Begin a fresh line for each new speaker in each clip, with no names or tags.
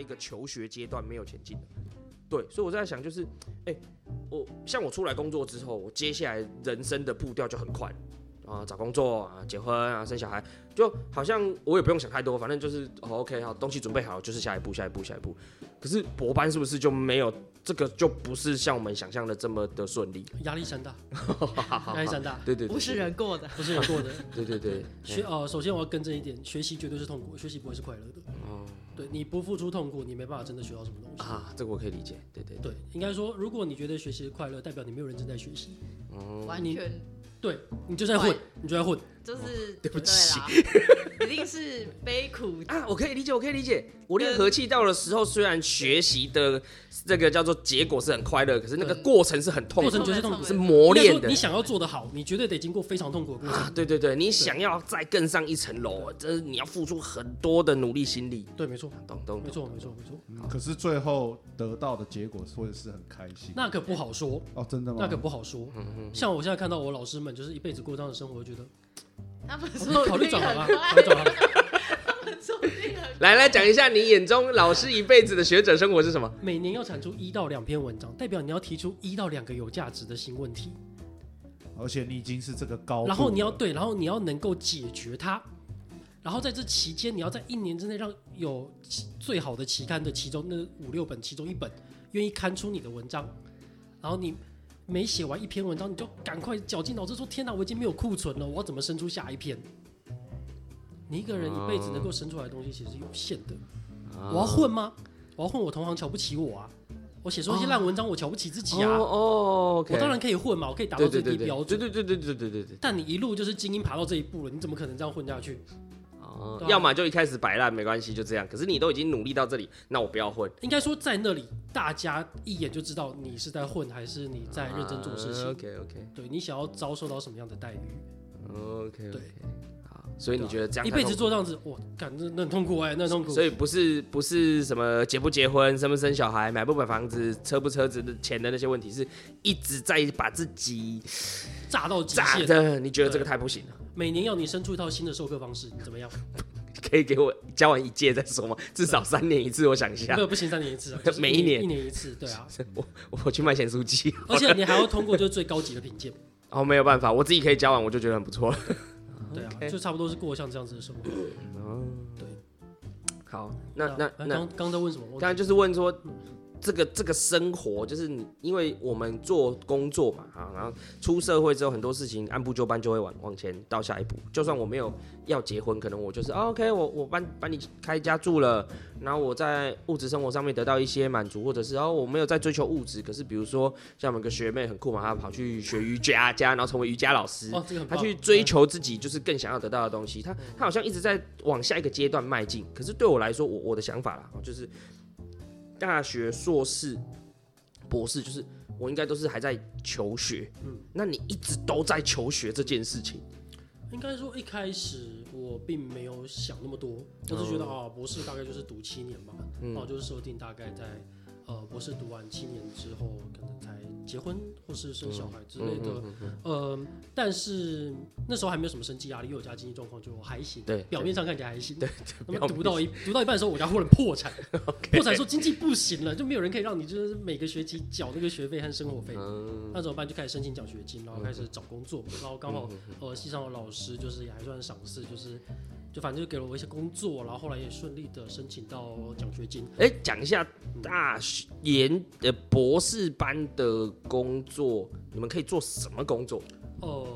一个求学阶段没有前进的。对，所以我在想，就是，哎、我像我出来工作之后，我接下来人生的步调就很快了啊，找工作啊，结婚啊，生小孩，就好像我也不用想太多，反正就是、哦、OK 好，东西准备好就是下一步，下一步，下一步。可是博班是不是就没有这个，就不是像我们想象的这么的顺利？
压力山大，
哈哈哈
压力山大，
对对对，
不是人过的。
不是人过的。
对对 对，
学呃，首先我要更正一点，学习绝对是痛苦，学习不会是快乐的。
哦
对你不付出痛苦，你没办法真的学到什么东西。
啊，这个我可以理解，对对对，
对，应该说，如果你觉得学习是快乐，代表你没有认真在学习，
嗯
完
你
全
对你就在混
对，
你就在混。
就是
哦对不
对
起
啦，一定是悲苦
啊，我可以理解，我可以理解。我练和气道的时候，虽然学习的这个叫做结果是很快乐，可是那个
对
过程是很痛
过
苦
程
的，
绝对痛苦
是磨练
应该说
的
你。想要做得好，你绝对得经过非常痛苦的过
啊
程。，
对对对，你想要再更上一层楼，这你要付出很多的努力心力。
对，没错，
懂懂
没
懂，
错，没错，没错。
嗯可是最后得到的结果会是很开心。
那可不好说，
哦，真
嗯
的吗？
那可不好说。像我现在看到我老师们，就是一辈子过这样的生活，我觉得
他们
我
说
考虑转行啊，
很快
考虑转行啊。
他们说不定很
来来讲一下你眼中老师一辈子的学者生活是什么？
每年要产出一到两篇文章，代表你要提出一到两个有价值的新问题，
而且你已经是这个高度了，
然后你要对，然后你要能够解决它，然后在这期间，你要在一年之内让有其最好的期刊的其中那五六本其中一本愿意刊出你的文章，然后你每写完一篇文章，你就赶快绞尽脑汁说：天哪，我已经没有库存了，我要怎么生出下一篇？你一个人一辈子能
哦
够生出来的东西其实是有限的。我要混吗？我要混，我同行瞧不起我啊！我写出一些烂文章，我瞧不起自己啊！
哦哦，OK，
我当然可以混嘛，我可以达到
对
最
对对
低
对，
标
对
准。
对对对对对对对，
但你一路就是精英爬到这一步了，你怎么可能这样混下去？
哦
对，啊
要么就一开始摆烂没关系，就这样。可是你都已经努力到这里，那我不要混。
应该说，在那里大家一眼就知道你是在混还是你在认真做事情。
啊 OK OK
对你想要遭受到什么样的待遇？
OK
对
OK，好，所以你觉得这样
一
才
辈
痛
子
苦
做这样子，哇，感那那很痛苦哎、那很痛苦。
所以不是不是什么结不结婚、生不生小孩、买不买房子、车不车子的钱的那些问题，是一直在把自己
炸到极
炸
限，
的。你觉得这个太不行了？
每年要你生出一套新的授课方式，你 怎么样？
可以给我教完一届再说吗？至少三年一次，我想一下
没。有不行，三年一次啊，就是
每一年
一年一次，对 啊。
我我去卖咸酥鸡，
而且你还要通过就是最高级的 品鉴，
然后没有办法，我自己可以教完，我就觉得很不错了。
对啊，
OK
就差不多是过像这样子的生活。
好，那
对
那
啊
那
刚刚刚在问什么？我
刚才就是问说，这个这个生活，就是你，因为我们做工作嘛，啊，然后出社会之后，很多事情按部就班就会往往前到下一步。就算我没有要结婚，可能我就是、啊 OK，我我搬搬你开家住了，然后我在物质生活上面得到一些满足，或者是哦我没有在追求物质，可是比如说像我们有个学妹很酷嘛，她跑去学瑜伽家，然后成为瑜伽老师，
哦，这个很
他
棒嗯
去追求自己就是更想要得到的东西，他他好像一直在往下一个阶段迈进。可是对我来说，我我的想法啦，哦就是大学、硕士、博士，就是我应该都是还在求学。嗯，那你一直都在求学这件事情，
应该说一开始我并没有想那么多，我只觉得啊，博士大概就是读七年嘛，然后就是设定大概在呃博士读完七年之后，可能才结婚或是生小孩之类的。呃，但是那时候还没有什么生计压力，因为我家经济状况就还行，
对
表面上看起来还行。对，那么
表面
读到一读到一半的时候，我家忽然破产，破产说经济不行了，就没有人可以让你就是每个学期缴那个学费和生活费。那怎么办？就开始申请奖学金，然后开始找工作嘛。然后刚好呃，系上的老师就是也还算赏识，就是就反正就给了我一些工作，然后后来也顺利的申请到奖学金。
哎、讲一下
嗯
大学研呃博士班的工作，你们可以做什么工作？
呃，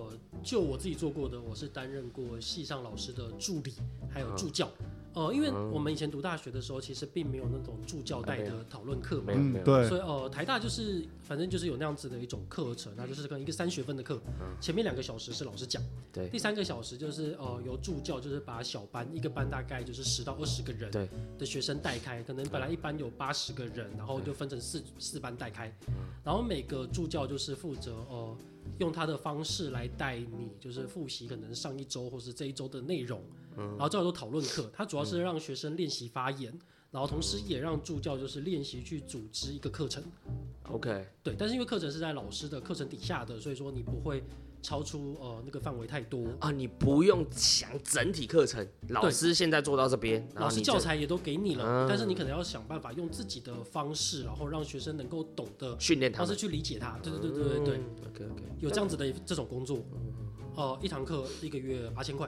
就我自己做过的，我是担任过系上老师的助理，还有助教。呃，因为我们以前读大学的时候，其实并没有那种助教带的讨论课嘛，
嗯，对，
所以呃，台大就是反正就是有那样子的一种课程，它就是跟一个三学分的课，前面两个小时是老师讲，
嗯对
第三个小时就是呃由助教就是把小班一个班大概就是十到二十个人
对
的学生带开，可能本来一班有八十个人，然后就分成四四班带开，
嗯
然后每个助教就是负责呃用他的方式来带你，就是复习可能上一周或是这一周的内容，
嗯
然后叫做讨论课，它主要是让学生练习发言。然后同时也让助教就是练习去组织一个课程，
OK，
对，但是因为课程是在老师的课程底下的，所以说你不会超出呃那个范围太多。
啊，你不用想整体课程，老师现在做到这边，然
老
后
师
你
教
就
材也都给你了，
啊
但是你可能要想办法用自己的方式，然后让学生能够懂的
训练他
方式
们。嗯
去理解它。对对对对对对，
，OK OK，
有这样子的这种工
嗯
作，呃，一堂课一个月八千块，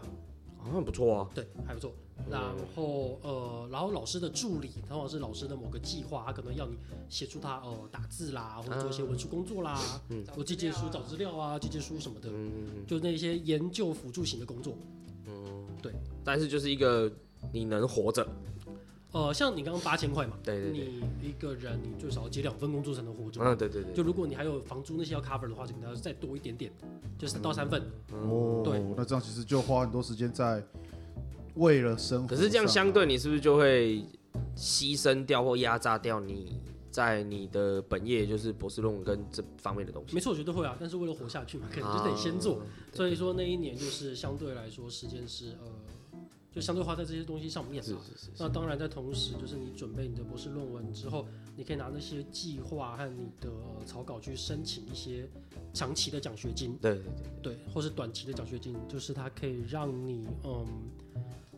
好像不错啊。
对，还不错。然
嗯
后呃，然后老师的助理，往往是老师的某个计划，他可能要你协助他呃打字啦，或者做一些文书工作啦，我借借书找资料啊，借借书什么的，
啊嗯，
就那些研究辅助型的工作。
但是就是一个你能活着，
呃，像你刚刚八千块嘛，
对对对
你一个人你最少要接两份工作才能活着。
嗯，对对对，
就如果你还有房租那些要 cover 的话，就可能要再多一点点，就三到三份。
嗯
哦，
对
那这样其实就花很多时间在为了生活上啊。
可是这样相对你是不是就会牺牲掉或压榨掉你在你的本业，就是博士论文跟这方面的东西？
没错，我觉得会啊，但是为了活下去嘛，可能就得先做。
啊
所以说那一年就是相对来说时间是呃，就相对花在这些东西上面
是
嘛。
是是，
那当然，在同时就是你准备你的博士论文之后，你可以拿那些计划和你的、呃草稿去申请一些长期的奖学金，
对对对，
对，或是短期的奖学金，就是它可以让你嗯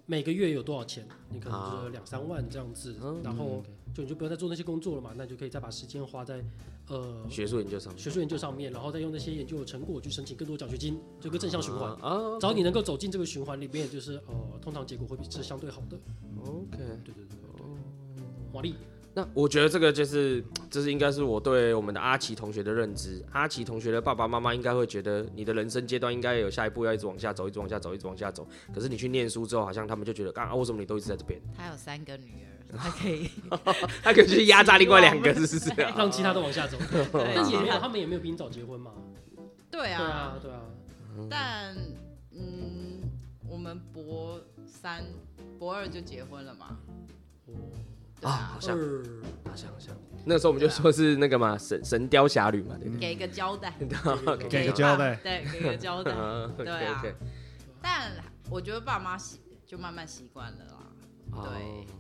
每个月有多少钱，你可能就是两三万这样子，
啊嗯
然后就你就不要再做那些工作了嘛，那你就可以再把时间花在呃
学术研究上面
学术研究上面，然后再用那些研究的成果去申请更多奖学金，就个正向循环。
啊啊
只要你能够走进这个循环里面，就是呃，通常结果会比是相对好的。
，OK。
对对对对对。瓦力，
那我觉得这个就是，这是应该是我对我们的阿奇同学的认知。阿奇同学的爸爸妈妈应该会觉得，你的人生阶段应该有下一步要一直往下走，一直往下走，一直往下走。可是你去念书之后，好像他们就觉得，啊，啊为什么你都一直在这边？
他有三个女儿，他 可以，
他可能就是压榨另外两个，是不是、啊？
让其他都往下走，但也没有，
对
他们也没有比你早结婚嘛。
对
对
啊
啊，，对啊，
但嗯，我们博三、博二就结婚了嘛，对
啊，
啊
好，像
二
好像好像。那个时候我们就说是那个嘛，神神雕侠侣嘛，对嗯 不对？
给一个交代，
给
给个
爸
交代
对，给个交代。
啊
对
，OK
啊
OK，
但我觉得爸妈习就慢慢习惯了啦，
哦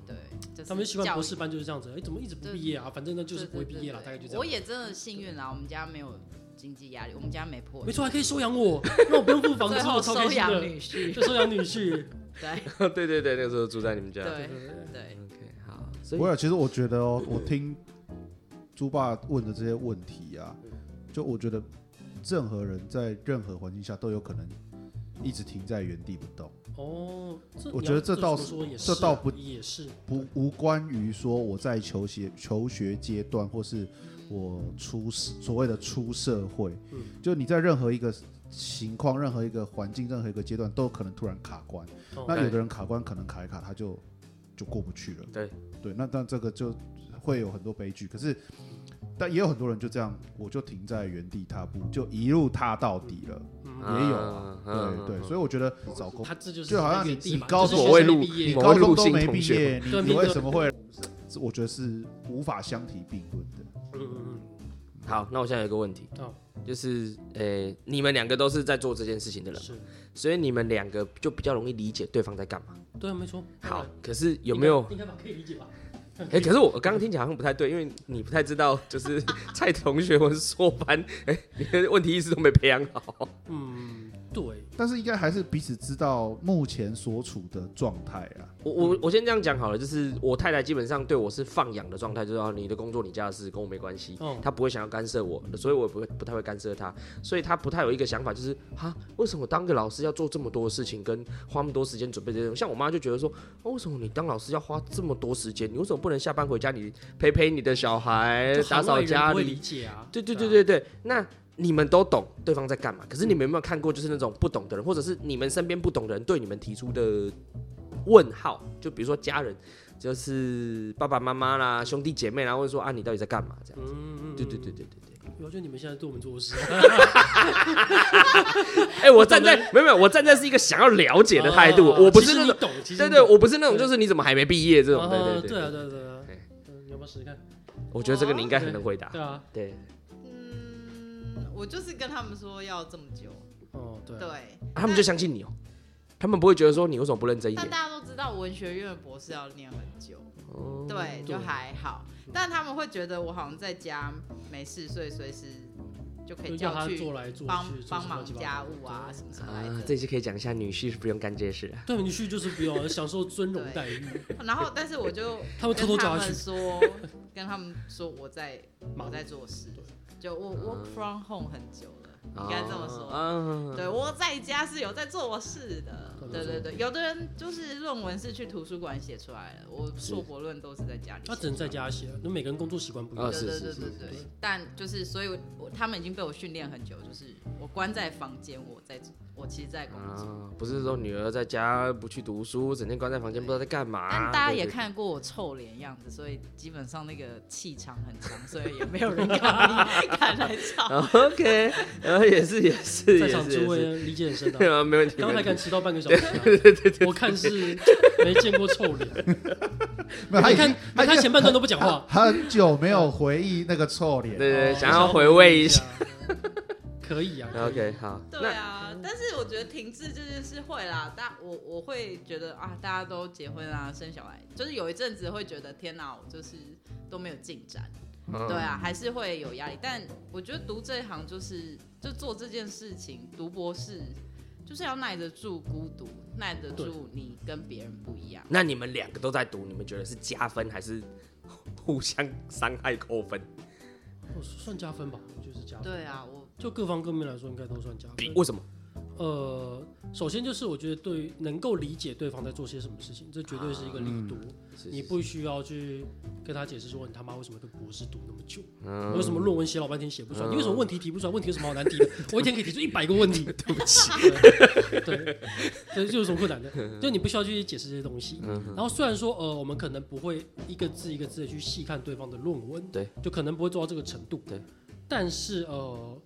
对对，就是
他们习惯
教育
博士班就是这样子，哎，怎么一直不毕业啊？反正那就是不会毕业了，
对对对
大概就这
我
样。
也真的幸运啦，我们家没有经济压力，我们家没破，
没错，还可以收养我，让我不用付房租，
最
我
后
超
收
开心
养
的。
女婿，
就收养女婿，
对
哦 对对对，那个时候住在你们家。
对
对
对对
对，
OK，好，所以
我有，其实我觉得哦，我听猪爸问的这些问题啊，就我觉得任何人在任何环境下都有可能一直停在原地不动，
哦，这
我觉得这倒
你要
是
么说也
这倒不
是也是
不无关于说我在求学求学阶段，或是我出所谓的出社会，
嗯
就你在任何一个情况、任何一个环境、任何一个阶段，都有可能突然卡关。
哦
那有的人卡关可能卡一卡，他就就过不去了。
对
对，那但这个就会有很多悲剧。可是，但也有很多人就这样，我就停在原地踏步，就一路踏到底了。
嗯
也有啊对对，所以我觉得找工
他这就是
就好像
原
你
地嘛
你高
就是学
中
生
某位
没
路
毕
你
业
某
高中都
某位
没
陆
毕
信
业，
对
你你为什么会
对？
我觉得是无法相提并论的。
嗯嗯
以好，那我现在有一个问题
好，
就是呃，你们两个都是在做这件事情的
嗯，
人，
是，
所以你们两个就比较容易理解对方在干嘛。
对啊，没错。
好
当然，
可是有没有
应？该应该吧，可以理解吧？
哎、可是我刚刚听起来好像不太对，因为你不太知道，就是 蔡同学或是硕班，哎、你的问题意识都没培养好。
嗯，对，
但是应该还是彼此知道目前所处的状态啊。
我我我先这样讲好了，就是我太太基本上对我是放养的状态，就是说你的工作你家的事跟我没关系，
哦
她不会想要干涉我，所以我也不会不太会干涉她，所以她不太有一个想法，就是哈，为什么当个老师要做这么多事情，跟花那么多时间准备这些东西？像我妈就觉得说，哦，为什么你当老师要花这么多时间？你为什么不能下班回家你陪陪你的小孩
就，
打
行外
扫
人
家
不会
里
理？解啊。
对对对
啊，
对对，那。你们都懂对方在干嘛，可是你们有没有看过，就是那种不懂的人，或者是你们身边不懂的人对你们提出的问号，就比如说家人，就是爸爸妈妈啦、兄弟姐妹啦，问说啊，你到底在干嘛？这样子。
嗯，
对对对对对对。
对，我觉得你们现在对我们做事，啊
哎、我站在没有没有，我站在是一个想要了解的态度，
啊
我不
其
是
实
那
你
种，
懂，其实
对
你
对，
懂
我不是那种，就是你怎么还没毕业这种，对
啊
对
对啊
对。
对啊对啊
嘿。
嗯你要不要试试看？
我觉得这个你应该很能回答。
对啊，
对，
嗯，我就是跟他们说要这么久，
哦对啊，
对，
啊他们就相信你哦、他们不会觉得说你为什么不认真一
但
点。
大家都知道文学院的博士要念很久，
哦
对，就还好。但他们会觉得我好像在家没事，所以随时就可
就
以
叫
叫
他
去
做来做
帮
去，
帮忙家务啊什么什么来
啊，
着。
这期可以讲一下女婿是不用干这些事的。
对，对，你去就是不要享受尊荣
对
待遇，
然后，但是我就
他们偷偷
跟
叫
他
他去
们说，跟他们说我在我
忙
在做事
嗯对，嗯哦
就我 work from home 很久了，应该这么说。
啊，
对，我在家是有在做我事的
嗯。
对对对，有的人就是论文是去图书馆写出来的，我硕博论都是在家里写出
他
来的。
只能在家哦写，那每个人工作习惯不一
啊
样
是。
对对对
是
对
是
对，但就是，所以我我他们已经被我训练很久，就是我关在房间，我在我其实在工作，
啊，不是说女儿在家不去读书，整天关在房间不知道在干嘛。
但大家
对
也
对
看过我臭脸样子，所以基本上那个气场很强，所以也 没有人敢敢来 吵。
哦 OK，然后也是也是
在
也
场
是
诸
也是，
位理解很深
对
的，
啊，没问题。
刚
没问
才
题
敢迟到半个小时啊，我看是没见过臭脸。
没有他
你
已经
看，你看前半段都不讲话，
很久没有回忆那个臭脸
对，对，
哦
对呃想要回味一下。。
可以啊可以
OK，好，
对
那
啊，但是我觉得停滞这件事会啦，但我我会觉得啊，大家都结婚啊，生小孩，就是有一阵子会觉得天哪，我就是都没有进展。
嗯
对啊，还是会有压力。但我觉得读这一行就是就做这件事情，读博士就是要耐得住孤独，耐得住你跟别人不一样。
那你们两个都在读，你们觉得是加分还是互相伤害扣分？
嗯我哦算加分吧，我觉得是加分。
对啊，我
就各方各面来说，应该都算加
比
分。
为什么？
呃，首先就是我觉得对于能够理解对方在做些什么事情，这绝对是一
啊
个理读。
是
你
是
不需要去跟他解释说你他妈为什么跟博士读那么久，
嗯
我有什么论文写老半天写不出来，你为什么问题提不出来？问题有什么好难提的？我一天可以提出一百个 问题。对不起，对，这这有什么困难的？
嗯
就你不需要去解释这些东西。然后虽然说呃，我们可能不会一个字一个字的去细看对方的论文，
对，
就可能不会做到这个程度，
对。
但是呃，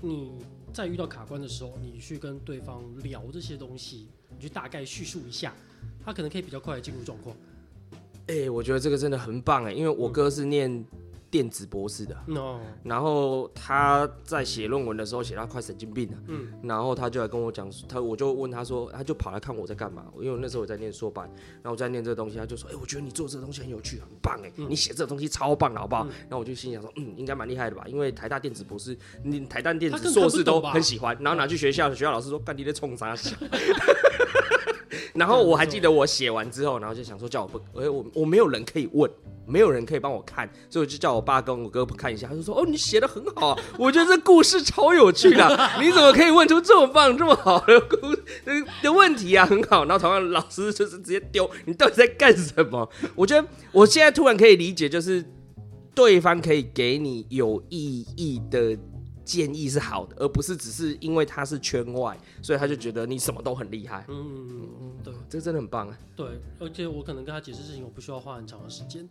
你在遇到卡关的时候，你去跟对方聊这些东西，你去大概叙述一下，他可能可以比较快的进入状况。
哎、我觉得这个真的很棒哎、因为我哥是念电子博士的，
那、哦
然后他在写论文的时候写到快神经病了，
嗯
然后他就来跟我讲，他我就问他说，他就跑来看我在干嘛，因为我那时候我在念硕班，然后我在念这个东西，他就说，哎、我觉得你做这个东西很有趣，很棒哎、
嗯
你写这个东西超棒的好不好？然后我就心想说，嗯，应该蛮厉害的吧，因为台大电子博士，你台大电
他
子
更看不
硕士都
懂吧
很喜欢，然后拿去学校，学校老师说，干你在冲啥小？然后我还记得我写完之后，然后就想说叫我不，哎、我我没有人可以问，没有人可以帮我看，所以我就叫我爸跟我哥看一下。他就说：“哦，你写的很好啊，我觉得这故事超有趣的啊，你怎么可以问出这么棒、这么好的故的的问题啊？很好。”然后同样老师就是直接丢，你到底在干什么？我觉得我现在突然可以理解，就是对方可以给你有意义的建议是好的，而不是只是因为他是圈外，所以他就觉得你什么都很厉害。
嗯，对。
这真的很棒啊！
对，而且我可能跟他解释事情，我不需要花很长的时间，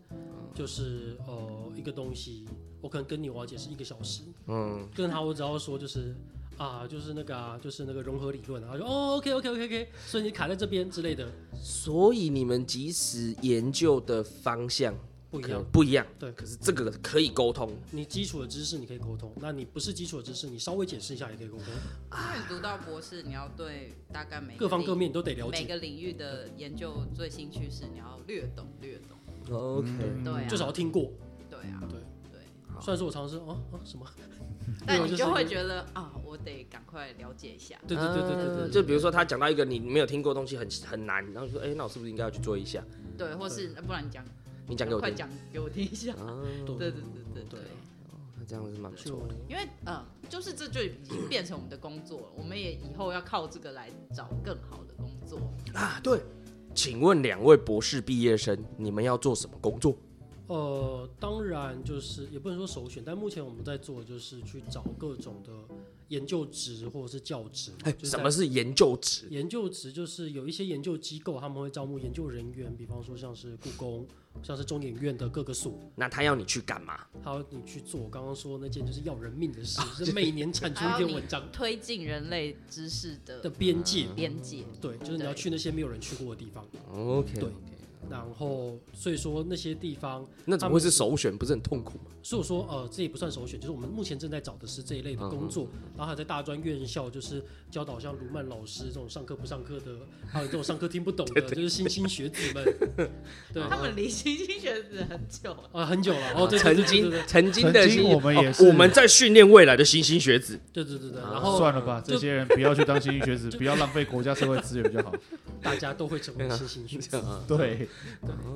就是呃一个东西，我可能跟你我要解释一个小时，
嗯，
跟他我只要说就是啊，就是那个啊，就是那个融合理论啊，他就哦 OK OK OK OK，所以你卡在这边之类的
所以你们即使研究的方向
不一
可能
样。
不一样，
对
可是这个可以沟通。
你基础的知识你可以沟通，那你不是基础的知识，你稍微解释一下也可以沟通，
因为你读到博士，你要对大概每个
各方各
领
面你都得了
每
解，
个领域的研究最新趋势，你要略懂略懂。
OK，
对啊，
至少要听过。
对啊，
对
对。
好
虽然说我常常是哦哦什么，
但
就
你
是
就会觉得啊，我得赶快了解一下。
对对对对对对，
啊就比如说他讲到一个你没有听过的东西很很难，然后就说，哎、那我是不是应该要去做一下？
对，或是不然你讲，
你讲给我
快
听。
讲给我听 一下。
啊，
对
对对对对对。
那这样是蛮不错
就
因为呃，就是这就已经变成我们的工作了，我们也以后要靠这个来找更好的工作。
啊。对，请问两位博士毕业生，你们要做什么工作？
呃，当然就是也不能说首选，但目前我们在做的就是去找各种的研究职或者是教职嘛。
哎、
就是
什
在
么是研究职？
研究职？就是有一些研究机构他们会招募研究人员，比方说像是故宫，像是中研院的各个所，
那他要你去干嘛？
还有你去做我刚刚说那件就是要人命的事，
啊
就是每年产出一
还有
篇
你
文章
推进人类知识
的
的
边界。
啊
边界。
对，就是你要去那些没有人去过的地方。
OK，
对然后所以说那些地方，
那怎么会是首选？不是很痛苦吗？
所以我说呃，这也不算首选，就是我们目前正在找的是这一类
嗯
的工作。然后还有在大专院校，就是教导像卢曼老师这种上课不上课的，还有这种上课听不懂的，就是新兴学子 们。对，
他们离星星学子很久，
啊，很久了哦，对，对
啊曾
对对
经
对
曾经
曾
的
经
新
我们也
哦
是
我们在训练未来的新兴学子。
对对对对，
啊
然后
算了吧，这些人不要去当新兴学子，不要浪费国家社会资源比较 好。
大家都会成为新兴 学子。
啊
对，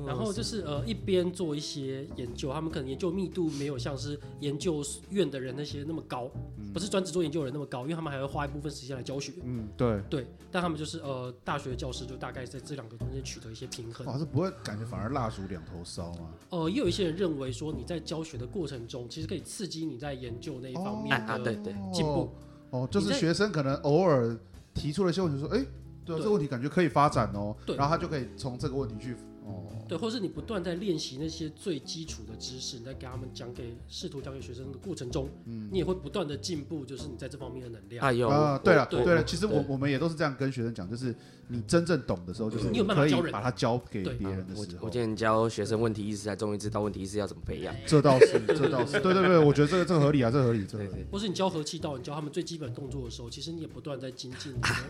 然后就是呃，一边做一些研究，他们可能研究密度没有像是研究院的人那些那么高，
嗯
不是专职做研究的人那么高，因为他们还会花一部分时间来教学。
嗯，对，
对，但他们就是呃，大学教师就大概在这两个中间取得一些平衡。
哇，这不会感觉反而蜡烛两头烧吗？
呃，也有一些人认为说，你在教学的过程中，其实可以刺激你在研究那一方
哎
面
啊，
的
对对，
进步。
哦。哦，就是
你在
学生可能偶尔提出了一些问题，说，哎，对
对
啊，这个问题感觉可以发展哦，
对
然后他就可以从这个问题去，哦，
对，或是你不断在练习那些最基础的知识，你在给他们讲给试图讲给学生的过程中，
嗯
你也会不断的进步，就是你在这方面的能量。
哎呦，
啊，
我
对了，
对
对了，其实我
对
我们也都是这样跟学生讲，就是你真正懂的时候，就是
嗯你有办法
可以
教人
把它交给
对
别人的
啊我
时候
我。今天教学生问题意识，才终于知道问题意识要怎么培养。
这倒 是，这倒是，对对对，我觉得这个这个合理啊，这个合理，这个合理。
或是你教和气道，你教他们最基本动作的时候，其实你也不断在精进你的。
啊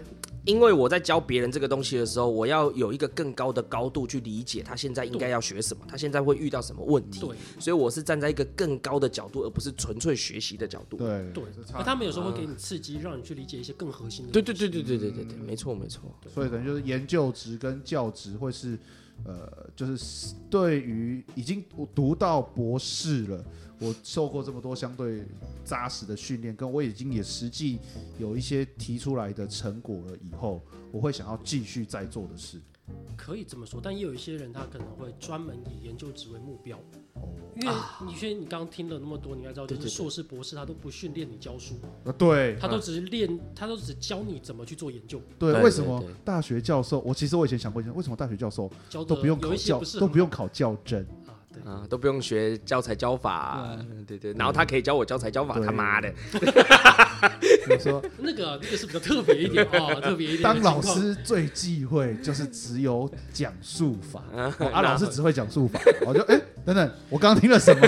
因为我在教别人这个东西的时候，我要有一个更高的高度去理解他现在应该要学什么，他现在会遇到什么问题。
对
所以我是站在一个更高的角度，而不是纯粹学习的角度。
对
对
这，
而
差啊
他们有时候会给你刺激，让你去理解一些更核心的。
对对对对对对对对，没错没错。
所以等于就是研究职跟教职会是，呃，就是对于已经我读到博士了，我受过这么多相对扎实的训练，跟我已经也实际有一些提出来的成果了以后，我会想要继续再做的事。
可以这么说，但也有一些人他可能会专门以研究职为目标，
哦，
因为你觉得你刚刚听了那么多，你应该知道，就
对对对
是硕士、博士他都不训练你教书，
啊，对
他都只是练，他都只教你怎么去做研究，
对，
对
为什么
对对
大学教授？我其实我以前想过一件事，为什么大学教授
教的
都不用
有
考
一些
教
不是，
都
很
不用考教真？
好啊，对。
啊，都不用学教材教法， 对对，然后他可以教我教材教法，
对
他妈的，
你说
那个啊那个是比较特别一 点啊、特别一点的
当
情
老
况。
师最忌讳就是只有讲术法，
啊
哦啊，老师只会讲术法，我就哎、等等，我刚刚听了什么？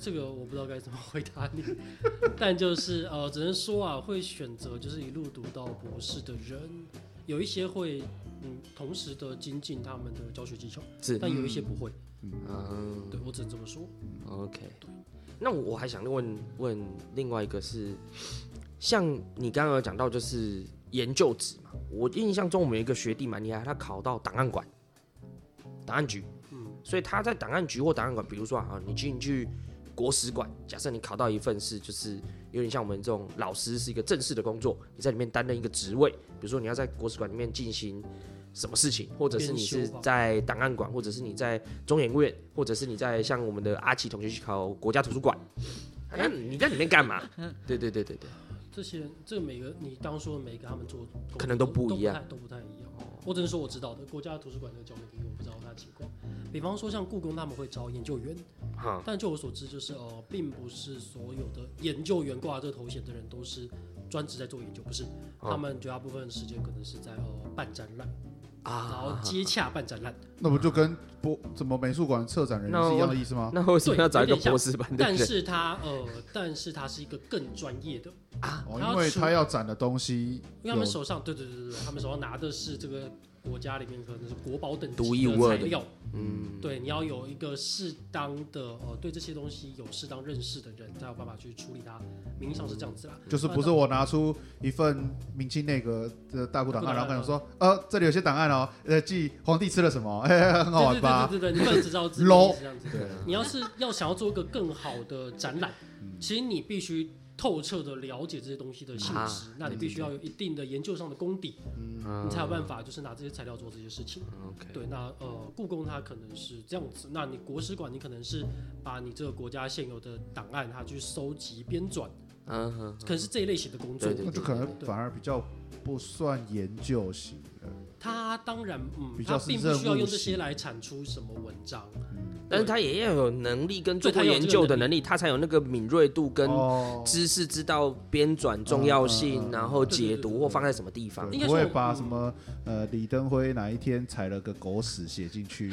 这个我不知道该怎么回答你， 但就是呃，只能说啊，会选择就是一路读到博士的人，有一些会嗯，同时的精进他们的教学技巧，
是
但有一些不会。
嗯
对我只能这么说。
，OK。那我还想问问另外一个是，像你刚刚有讲到就是研究职嘛，我印象中我们有一个学弟蛮厉害，他考到档案馆、档案局，所以他在档案局或档案馆，比如说啊，你进去国史馆，假设你考到一份是就是有点像我们这种老师是一个正式的工作，你在里面担任一个职位，比如说你要在国史馆里面进行什么事情，或者是你
编
是
修吧
在档案馆，或者是你在中研院，或者是你在像我们的阿奇同学去考国家图书馆，那你在里面干嘛？对对对对对，
这些人，这个每个你刚说的每个他们做的工作
可能都不一样哦
都不太都不太一样。我只能说我知道的，国家图书馆的教给我不知道他的情况。比方说像故宫，他们会招研究员，
哈，
但就我所知，就是呃，并不是所有的研究员挂这个头衔的人都是专职在做研究，不是，
哦
他们绝大部分时间可能是在呃办展览，然后
啊，
接洽办 展览，
那不就跟博怎么美术馆策展人是一样的意思吗？
那为什么要找一个博士班的
但
人？
是他呃，但是他是一个更专业的，
哦，
他
因为
除
他要展的东西
因为
有
他们手上，对对对对对，他们手上拿的是这个国家里面可能是国宝等
独
级
一无二
材
的
料，
嗯，
对，你要有一个适当的呃，对这些东西有适当认识的人，才有办法去处理它，名义上是这样子啦。
就是不是我拿出一份明清内阁的大库档案，
大库档案
然后跟你说，呃，这里有些档案哦，呃，记皇帝吃了什么，哎、很好玩吧？
对对对对对，你不能只知道 自己
Low
是这样子。
对，啊
你要是要想要做一个更好的展览，
嗯
其实你必须透彻的了解这些东西的性质
啊，
那你必
嗯
须要有一定的研究上的功底，
你
你才有办法就是拿这些材料做这些事情。
OK，
对，那呃，故宫它可能是这样子，那你国史馆你可能是把你这个国家现有的档案，它去收集编纂，
嗯哼，
可能是这一类型的工作
对。对
那就可能反而比较不算研究型的。
它当然，嗯
比，较
它
是
并不
任
需要
务
用这
型
些来产出什么文章，
但是他也要有能力跟做
对他
过
有
研
这个
究
能
的
力
能力，他才有那个敏锐度跟
哦
知识知道编转重要
嗯嗯
性，
嗯
然后
对对对
解
对
读或放在什么地方
对。
应该
不
说
会
我
把
嗯
什么呃李登辉哪一天踩了个狗屎写进去，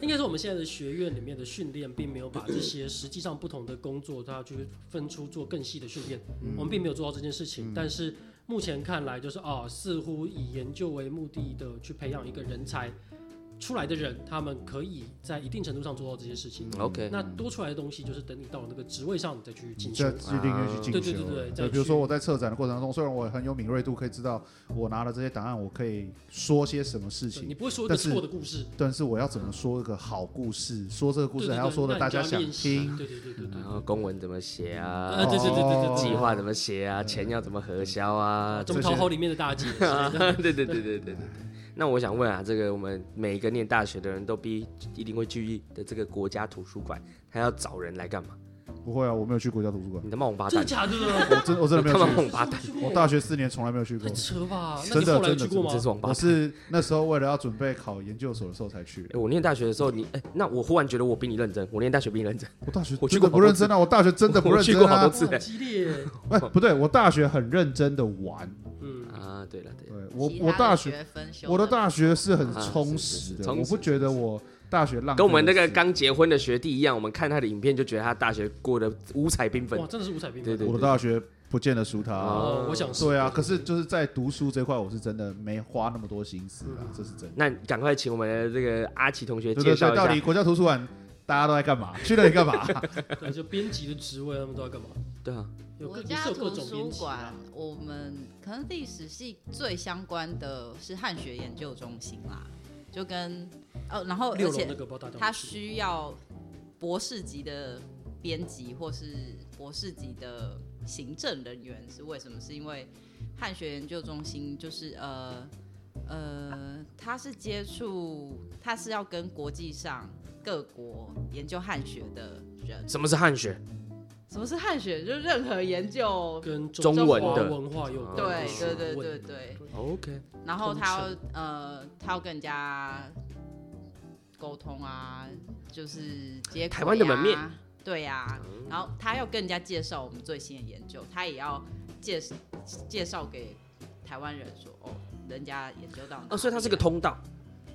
应该是我们现在的学院里面的训练，并没有把这些实际上不同的工作，它去分出做更细的训练。
嗯
我们并没有做到这件事情，但是目前看来，就是哦，似乎以研究为目的的去培养一个人才出来的人，他们可以在一定程度上做到这些事情。
嗯
OK，
那多出来的东西，就是等你到了那个职位上，你再去 进修
这。去领域去
对
进
对
修
对对
了。
再
比如
去
说我在策展的过程当中，虽然我很有敏锐度，可以知道我拿了这些档案，我可以说些什么事
对你
情，
不会说一个
但是
错的故事，
但是我要怎么说一个好故事？说这个故
对
事
对
还要
对
说的
那
大
你就
家
要
想
练习
听。哦
对对对对对
然，后公文怎么写
啊
啊？
对对对对对，
计划
的
怎么写
嗯
啊？钱要怎么核销啊？
中考好里面的 大姐之类
啊
的，
对对对对对对。那我想问啊，这个我们每一个念大学的人都必一定会去的这个国家图书馆，他要找人来干嘛？
不会啊，我没有去国家图书馆，
你他妈王八
真的
蛋！
假的？
我真我真的 没
你他妈
有
王
去，
八蛋！
我大学四年从来没有去过
太。扯吧？那
真
你
的
后来有
真的
去过吗
真？是王八
我
蛋！
是那时候为了要准备考研究所的时候才去
哎，，我念大学的时候，你哎、那我忽然觉得我比你认真，我念大学比你认真。
我大学
我去
真
过
的
好
不
多
认真啊！我大学真的不认
我去
真
过好
啊
多！次
哦哇很激烈，
哎，不对，我大学很认真的玩。
嗯，
啊，对了对
对
了，
我
其他
我
的
大学
学分修
我的
得
大学是很
啊
充
是是
实
是
的，
充
我不
实
觉得我大学浪
跟我们
费
那
了
个
时
刚结婚的学弟一样，我们看他的影片就觉得他大学过得五彩缤纷
哇，。真的是五彩缤纷。
对对
我的大学不见得输他啊。
哦，我想是
对啊，可是就是在读书这块，我是真的没花那么多心思啊，这是真的。
那赶快请我们的这个阿奇同学嗯
对
介
对
绍
对，
一
到底
下。
国家图书馆大家都在干嘛？去那里干嘛？
对，就编辑的职位他们都要干嘛？
对啊，
有各
我
也
家
是有各
图
种
书
编辑
馆
啊。，
我们可能历史系最相关的是汉学研究中心啦，就跟哦，然后
六
而
楼那
且
个不知道大家有没
它
有去
需要博士级的编辑或是博士级的行政人员，是为什么？是因为汉学研究中心就是呃呃，它是接触，它是要跟国际上各国研究汉学的人。
什么是汉学？
什么是汉学？就是任何研究
跟
中文
华
的
文化有关
对
的学
对对
问
对对。
OK，
然后
通
他要呃，他要跟人家沟通啊，就是接、啊
台湾的门面，哦
对呀、然后他要跟人家介绍我们最新的研究，他也要介介绍给台湾人说，哦，人家研究到哪里了
哦，所以它是个，通道。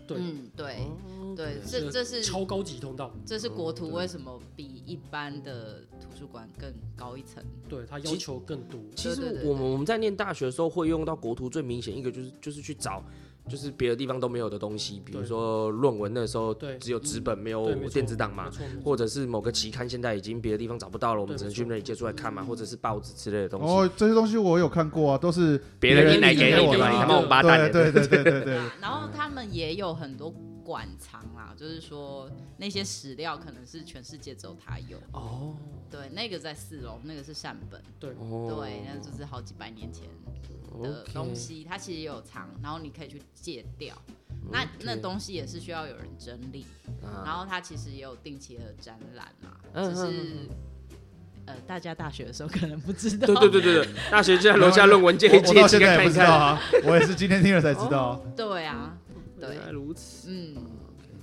对
嗯，对、
哦
对，
这
这
个
这是
超高级通道，
这是国图
嗯对
为什么比一般的图书馆更高一层？
对他要求更多。
其实
对对对
我们我们在念大学的时候会用到国图，最明显一个就是就是去找就是别的地方都没有的东西，比如
对
说论文那时候
对
只有纸本没有
对，没错
电子档嘛
没，错没错
或者是某个期刊现在已经别的地方找不到了，我们
对
只能
没
去
错
那里借出来看嘛，或者是报纸之类的东西，
哦，这些东西我有看过啊，都是
别人印来
印
给
给
你
我
的
的
嘛，
的
你
啊
他妈王八蛋
对
欸！
对对对对对
啊，然后他们也有很多馆藏啦，就是说那些史料可能是全世界只有他有。
哦，
对，那个在四楼，那个是善本，
哦
对，那就是好几百年前
哦
的
OK
东西，它其实也有藏，然后你可以去借掉。那那东西也是需要有人整理，
啊，
然后它其实也有定期的展览啊，
嗯
只
嗯
是呃大家大学的时候可能不知道，
对对对对对，大 学就在楼下论文借
我我
借
到
几
现
个
在
看
也
一
不知道
看。
啊，我也是今天听了才知道。
对啊，对
原，来如此，
嗯，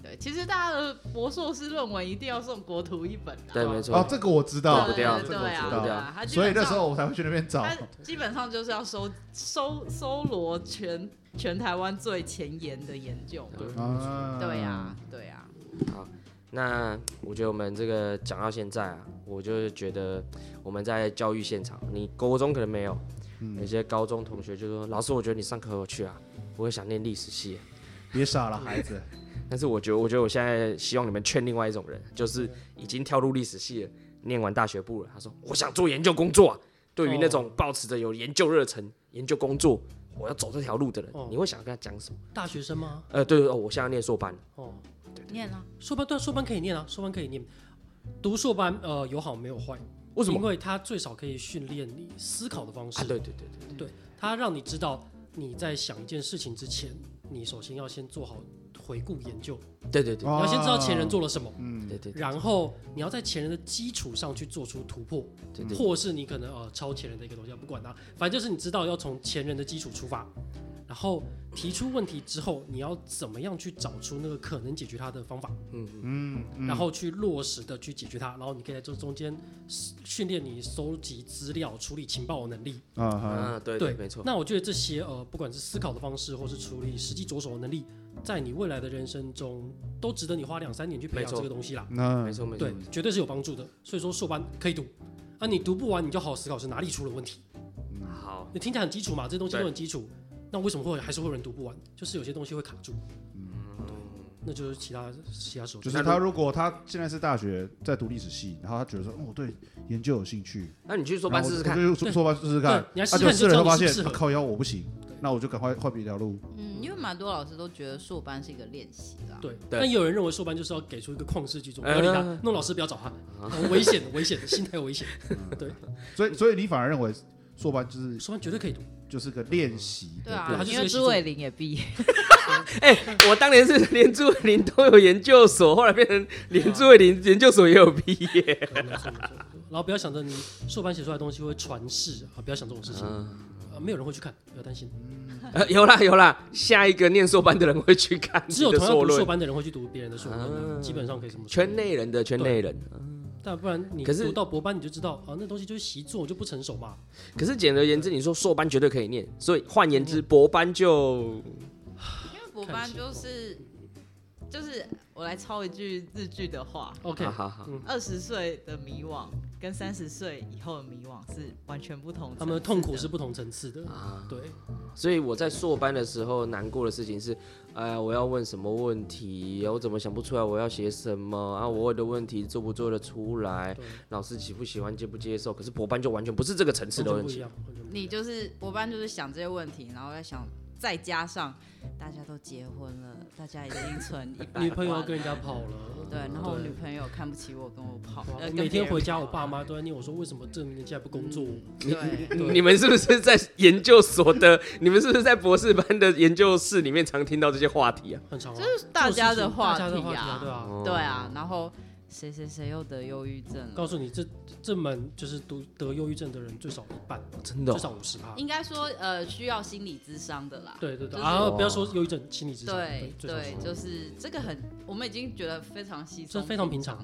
对，其实大家的博硕士论文一定要送国图一本 啊，
对，没
哦
错，，
这个我知道
跑不，掉
对
这
对
个我
啊，
知
跑不
对
掉
道，
啊，他基
所以
本
那
上
时候我才会去那边找。
他基本上就是要收收搜罗全全台湾最前沿的研究嘛。
对
啊
对呀、啊，
嗯
对呀、
那我觉得我们这个讲到现在啊，我就是觉得我们在教育现场，你国中可能没有，
嗯
有些高中同学就说：“老师，我觉得你上课有趣啊，我也想念历史系。啊
别傻了，孩子。”
但是我觉得，我觉得我现在希望你们劝另外一种人，就是已经跳入历史系了，念完大学部了，他说：“我想做研究工作、
哦
啊。”对于那种抱持着有研究热忱、研究工作，我要走这条路的人，
哦
你会想跟他讲什么？
大学生吗？
呃，对对哦，我现在念硕班，
哦，
念啊，
硕班对啊，硕班可以念啊，硕班可以念。读硕班呃有好没有坏，
为什么
因？为它最少可以训练你思考的方式
啊，。对对对对，
它让你知道你在想一件事情之前，你首先要先做好回顾研究，
对对对
你
哦
要先知道前人做了什么，
嗯，
对对对
然后你要在前人的基础上去做出突破，
对对，
或是你可能呃超前人的一个东西，不管它，反正就是你知道要从前人的基础出发，然然后提出问题之后，你要怎么样去找出那个可能解决它的方法，
嗯，嗯
然后去落实的去解决它，然后你可以在这中间训练你收集资料、处理情报的能力。
啊哈，
啊，对
嗯对，
没错，
那我觉得这些呃，不管是思考的方式，或是处理实际着手的能力，在你未来的人生中，都值得你花两三年去培
没
养
错
这个东西啦。
那
没错，没错
嗯对，，绝对是有帮助的。所以说硕班可以读，啊，你读不完，你就好好思考是哪里出了问题。
好，
你听起来很基础嘛，这些东西都
对
很基础，那为什么会还是会有人读不完？就是有些东西会卡住。嗯，对，那就是其他其他手
就
段。
是他如果他现在是大学在读历史系，然后他觉得说，哦，我对研究有兴趣，
那你去硕班试试看，
然后我就
对
去硕班试试看
对，你来试
他
试
就
看
试
就
了，
知道你
他发
适不适
现
合
啊靠腰我不行，那我就赶快换别条路。
嗯，因为蛮多老师都觉得硕班是一个练习啦。
对，
对
但也有人认为硕班就是要给出一个旷世巨作，不要理他
哎，
弄老师不要找他， 很危险，危险，心态危险。
所以，所以你反而认为硕班就是
硕班绝对可以读，
就是个练习的
对啊
对他，就是
因
个
为
习
朱
作
伟林也毕业，
哎、我当年是连朱伟林都有研究所，后来变成连朱伟林研究所也有毕业。
没错没错然后不要想着你硕班写出来的东西会传世啊，不要想这种事情，
嗯
啊，没有人会去看，不要担心。
呃， 有啦有啦，下一个念硕班的人会去看
只有
你的
同样
硕
读硕
论，
班的人会去读别人的硕论，基本上可以这么说。
圈，内人的圈内人。
但不然你
可是
读到博班你就知道啊，那东西就是习作，就不成熟嘛。
可是简而言之，你说硕班绝对可以念，所以换言之，
嗯
博班就
因为博班就是就是我来抄一句日剧的话：
OK，
好啊好好，
二十岁的迷惘跟三十岁以后的迷惘是完全不同层次的。
他们的痛苦是不同层次的，
啊
对，
所以我在硕班的时候难过的事情是，哎、呀，我要问什么问题，哦我怎么想不出来我要写什么啊？我问的问题做不做得出来
对，
老师喜不喜欢，接不接受？可是博班就完全不是这个层次的
完全
问
不一
题。
样。完全不一样
你就是博班，就是想这些问题，然后再想，再加上大家都结婚了，大家已经 存一百万，
女朋友跟人家跑了，
对，然后我
对
女朋友看不起我，跟我跑，
哇
呃、
每天回家，我
跟
爸妈都在念我说，为什么这年纪还不工作？
别人跑对，
嗯你们是不是在研究所的？你们是不是在博士班的研究室里面常听到这些话题啊？哦
很长啊，
就是大家的话
大家的话
题
题啊，对
啊，
啊。
对啊，然后谁谁谁又得忧郁症了
告。诉你，这这门就是读得忧郁症的人最少一半，
真的
最
哦、
少五十趴。
应该说，呃，需要心理咨商的啦。
对对对
就是
啊！不
哇
要说忧郁症，心理智商，
对
最少
对，
是
就是这个很，我们已经觉得非常稀
这
松，
非常平常。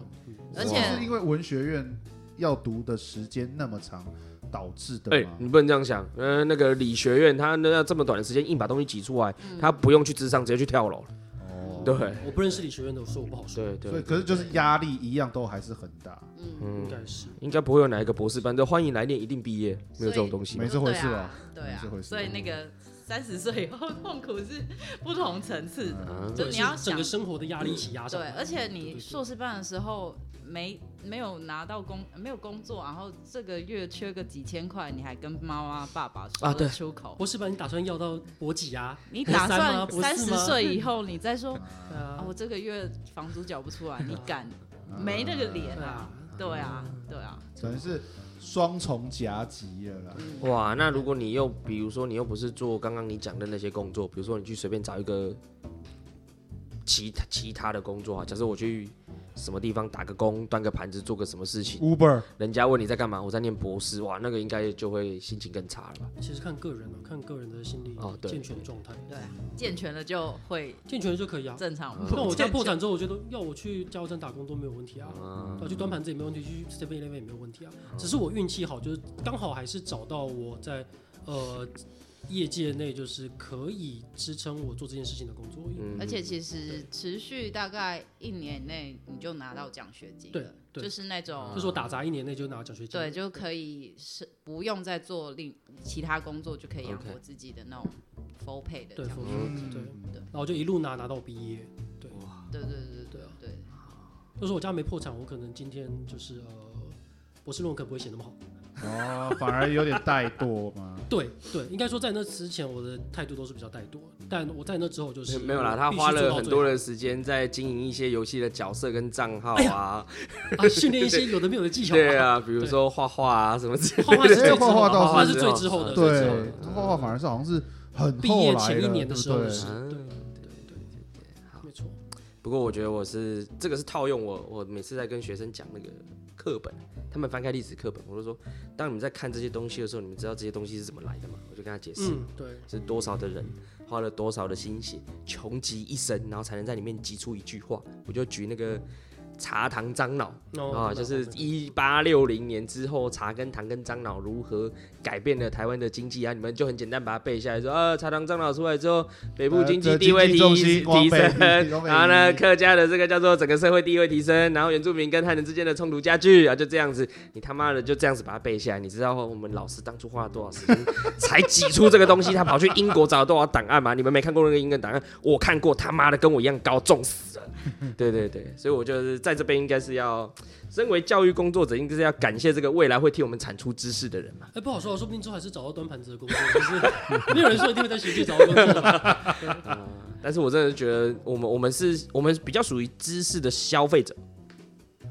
而
是
且
是因为文学院要读的时间那么长导致
哎、
的吗？
你不能这样想。呃，那个理学院，他那这么短的时间硬把东西挤出来，他不用去智商，直接去跳楼了。
哦，
对
我不认识理学院的，所以我不好说。
对
所
对，
以可是就是压力一样都还是很大，
嗯
嗯
应该是
应该不会有哪一个博士班的欢迎来念，一定毕业，没有这种东西吧。
没这回事
对
啊
啊，对
没这回
啊，
事
所以那个三十岁以后痛苦是不同层次的，
嗯
啊
就你要
是整
想
个生活的压力一起压上
对，
来。
而且
对
你
对
硕士班的时候没没有拿到工，没有工作，然后这个月缺个几千块，你还跟妈妈爸爸说
啊
得
对
出口，
博士班，你打算要到博几啊？
你
博
打
三吗
算
博
三
四
十
吗
岁以后你再说，
对
啊，
啊，
我这个月房租缴不出来，你敢？
啊
没那个脸
对啊
啊，，对啊，对啊，
等于是双重夹击了啦。
哇，那如果你又比如说你又不是做刚刚你讲的那些工作，比如说你去随便找一个其他其他的工作啊，假设我去什么地方打个工，端个盘子，做个什么事情，
Uber
人家问你在干嘛，我在念博士，哇，那个应该就会心情更差了吧？
其实看个人啊，看个人的心理
哦对
健全状态，
对啊，健全了就会
健全就可以啊。
正常。
那我在
不
破产之后，我觉得要我去加油站打工都没有问题
哦
啊，
嗯
要去端盘子也没问题，去 Seven Eleven 也没有问题啊。只是我运气好，就是刚好还是找到我在呃业界内就是可以支撑我做这件事情的工作。
嗯
而且其实持续大概一年内，你就拿到奖学金
对
了，
对
就是那种
就是我打杂一年内就拿奖学金，
对，就可以是不用再做另其他工作，就可以养
OK
活自己的那种 full pay 的
对，
奖
辅
学
助
嗯
对，然后就一路拿拿到我毕业。对，
金。对对对对
对啊
对，
就是我家没破产，我可能今天就是呃博士论文可能不会写那么好。
哦，反而有点怠惰 嘛。
对对，应该说在那之前我的态度都是比较怠惰，但我在那之后就是
没有啦，他
必须
花
做到
了很
最
多
好哎
的时间在经营一些游戏的角色跟账号啊，
啊训练一些有的没有的技巧。
对啊，比如说画画啊什么之类
画画是
的。
最之后
画画
的，
倒是
画是最之后的，最之后
啊对
的，
画画反而是好像是很
毕
后
业
来
前一
了，对
年的
不
时候的
对？
事，对
对
对对对，没错，
不过我觉得我是这个是套用我我每次在跟学生讲那个课本，他们翻开历史课本，我就说，当你们在看这些东西的时候，你们知道这些东西是怎么来的吗？我就跟他解释，
嗯，对，
是多少的人，花了多少的心血，穷极一生，然后才能在里面挤出一句话。我就举那个茶糖樟脑
哦
啊，就是一八六零年之后，茶跟糖跟樟脑如何改变了台湾的经济啊？你们就很简单把它背下来说，啊，茶糖樟脑出来之后，北部
呃
经济
这
地位
经济
提
重心往
提
北
升，
移往 北
然后呢，啊
移
客家的这个叫做整个社会地位提升，然后原住民跟汉人之间的冲突加剧啊，就这样子，你他妈的就这样子把它背下来。你知道我们老师当初花了多少时间才挤出这个东西？他跑去英国找了多少档案嘛？你们没看过那个英文档案，我看过，他妈的跟我一样高，重死了。 对对对，所以我就是在这边应该是要，身为教育工作者，应该是要感谢这个未来会替我们产出知识的人嘛。
哎，不好说，说不定之后还是找到端盘子的工作，就是 没有人说一定会在学界找到工作。
但是我真的觉得我们我们是我们比较属于知识的消费者，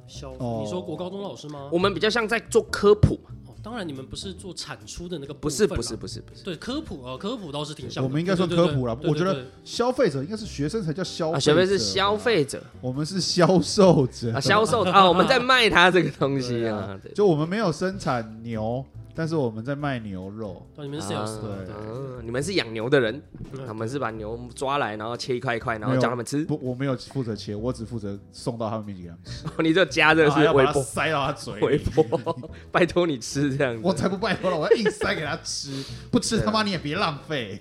小，
哦
你说国高中老师吗？
我们比较像在做科普嘛。
哦，当然你们不是做产出的那个部
不是
分啦，啊
啊
不是不是不是。
对科普哦，科普倒是挺像的。
我们应该算
对对
科普啦
对对
我觉得
对对
消费者应该是学生才叫消
啊，
费者，
小费是消，费者
我们是销售者
啊，销售 啊，我们在卖他这个东西
对
啊
啊，
对
就我们没有生产牛，但是我们在卖牛肉。
对你们是 sales
啊对
对
啊你们是养牛的人，啊我们是把牛抓来，然后切一块一块，然后
没有
叫他们吃。
不，我没有负责切，我只负责送到他们面前给他们吃，
你就加热
然后还
是
啊要把
微
它
波，
塞到他嘴
微
里。
波， 拜托你吃这样
我
子。
才不拜托了，我要硬塞给他吃，不吃
对啊
他妈你也别浪 费。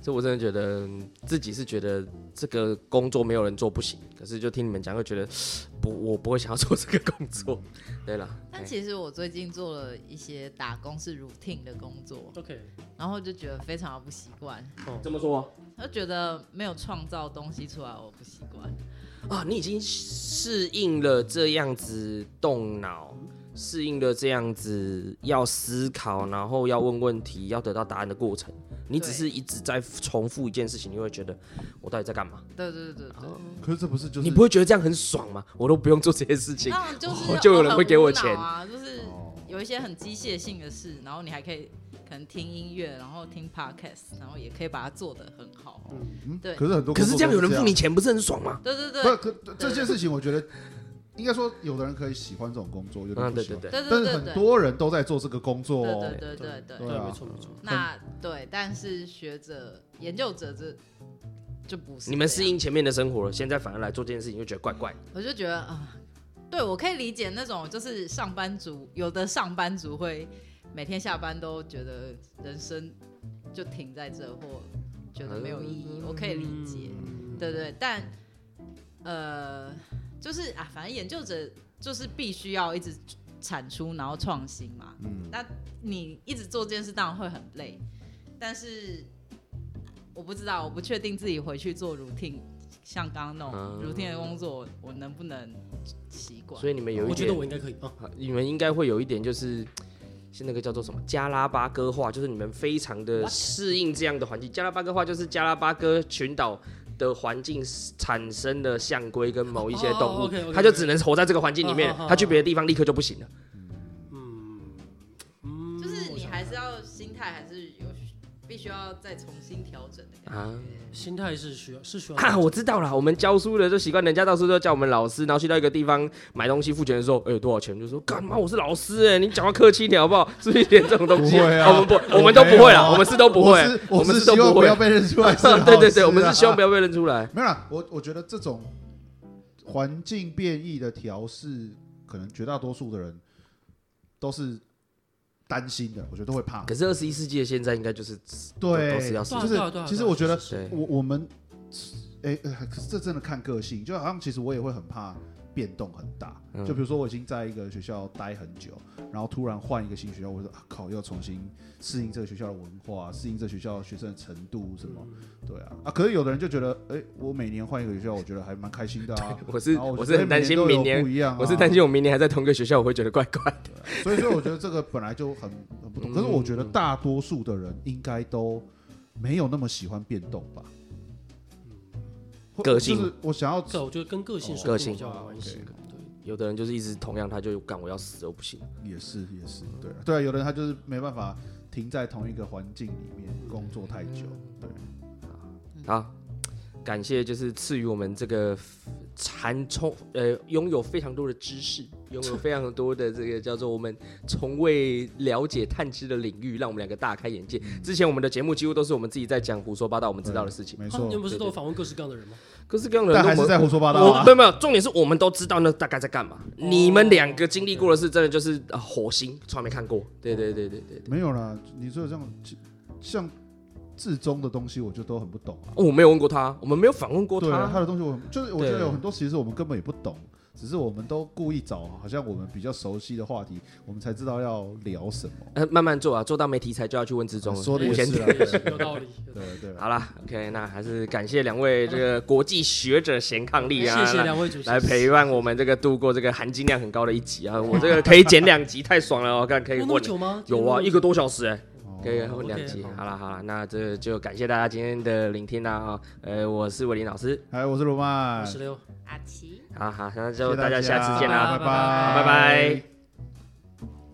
所以我真的觉得嗯自己是觉得这个工作没有人做不行，可是就听你们讲，会觉得不，我不会想要做这个工作。
嗯
对了，
但
哎
其实我最近做了一些打工是 routine 的工作，
，OK，哦
然后就觉得非常的不习惯，
这么说
就觉得没有创造东西出来，我不习惯。
啊，你已经适应了这样子动脑，适应了这样子要思考，然后要问问题，要得到答案的过程。你只
对
是一直在重复一件事情，你会觉得我到底在干嘛？
对对对对，
哦
可是这不是就是
你不会觉得这样很爽吗？我都不用做这些事情，
那就是、
哦就有人会给我钱
啊，就是
哦
有一些很机械性的事，然后你还可以可能听音乐，然后听 podcast，然后也可以把它做得很好。
嗯
对
可是很多
可
工
是
作
这样
都
有人付你钱，不是很爽吗？
对对对，
不，可这件事情我觉得应该说，有的人可以喜欢这种工作，有的
啊，
人不
对
喜
对对，
欢。
对
但
对
是
对
很
对，
多人都在做这个工作
对
哦
对。对对对
对啊
没错没错。
那对，但是学者、研究者这就不是
你们
这
适
样，
应前面的生活了，现在反而来做这件事情，就觉得怪怪的。
我就觉得啊、对我可以理解那种就是上班族，有的上班族会每天下班都觉得人生就停在这或觉得没有意义，我可以理解，对对，但呃，就是啊，反正研究者就是必须要一直产出，然后创新嘛，
嗯，
那你一直做这件事，当然会很累，但是我不知道，我不确定自己回去做 routine，像刚刚那
啊
种 routine 的工作，我能不能习惯？
所以你们有一
我觉
点
得我应该可以啊。
啊你们应该会有一点就是。是那个叫做什么加拉巴哥话，就是你们非常的
What？
适应这样的环境。加拉巴哥话就是加拉巴哥群岛的环境产生的象龟跟某一些动物，
哦，OK，OK，OK
它就只能活在这个环境里面
哦好好，好
它去别的地方立刻就不行了。
嗯，
就是
我
你
想
还是要心态，还是有必须要再重新调整的感觉。
啊
心态是需要是需 要
啊，我知道了，我们教书的就习惯，人家到处都叫我们老师，然后去到一个地方买东西付钱的时候，哎、有多少钱？就说干嘛？我是老师哎、你讲话客气一点好不好？是不是有点这种东西？
不会 啊
我们不，我们都不会啦，
我没有啊
我们是都不会
我是，
我
我
们
是
都
希望
不
不
会
要。被认出来是老
对对对，
师
我们
啊
是希望不要被认出来。
没有啦，我我觉得这种环境变异的调试，可能绝大多数的人都是担心的，我觉得都会怕。
可是二十一世纪的现在，应该就是
对，
都是要死
对啊
就是
对啊对啊
其实
对啊
我觉得
是
对
我我们，哎、呃可是这真的看个性，就好像其实我也会很怕变动很大。
嗯
就比如说我已经在一个学校待很久，然后突然换一个新学校，我说、啊、靠，要重新适应这个学校的文化，适应这学校学生的程度什么，
嗯
对啊啊。可是有的人就觉得，哎、我每年换一个学校，我觉得还蛮开心 的啊。
我是
然后
我
觉
是
得
很担心
每
明
年都
年
有不，一样、啊，
我是担心我明年还在同个学校，我会觉得怪怪的。
所以说，我觉得这个本来就很很
嗯
不同。可是我觉得大多数的人应该都没有那么喜欢变动吧。或
个性
就是我想要
这我觉得跟个性
哦
说不定
个性
比较有关系。
有的人就是一直同样，他就干我要死都不行。
也是也是对啊对啊，有的人他就是没办法停在同一个环境里面工作太久，对，
好，感谢就是赐予我们这个含充呃拥有非常多的知识，拥有非常多的这个叫做我们从未了解探知的领域，让我们两个大开眼界。
嗯
之前我们的节目几乎都是我们自己在讲胡说八道我们知道的事情，
没
他们
错
你，们不是
对
都有
对
访问各式各样的人吗？
各式各样的人
但
都
还是
我
在胡说八道
我
啊
没。有没有，重点是我们都知道那大概在干嘛。你们两个经历过的事，真的就是、呃、火星，从来没看过。对对对对对对，
没有啦，你说的这样像至中的东西，我就都很不懂啊。
哦我没有问过他，我们没有访问过
对啊，他
他。
的东西我很就是我觉得
对
有很多其实我们根本也不懂，只是我们都故意找好像我们比较熟悉的话题，我们才知道要聊什么。
呃，慢慢做啊，做到没题材就要去问志忠了。
说的
目
也
前
是啊，
也是有道理。
对对啦，
好啦 o k 那还是感谢两位这个国际学者贤伉俪啊，
谢谢
来
两位主持
来
人，
陪伴我们这个度过这个含金量很高的一集啊！我这个可以剪两集，太爽了！我看可以
哦有那么
问，
久吗？
有啊，一个多小时哎、
哦
可以问两集。好啦好啦，那这就感谢大家今天的聆听啦啊！呃，我是伟林老师，
哎，我是罗曼，
十六。
阿奇。
好好，那
谢
就
谢
大家下次见啦，
拜
拜
拜拜。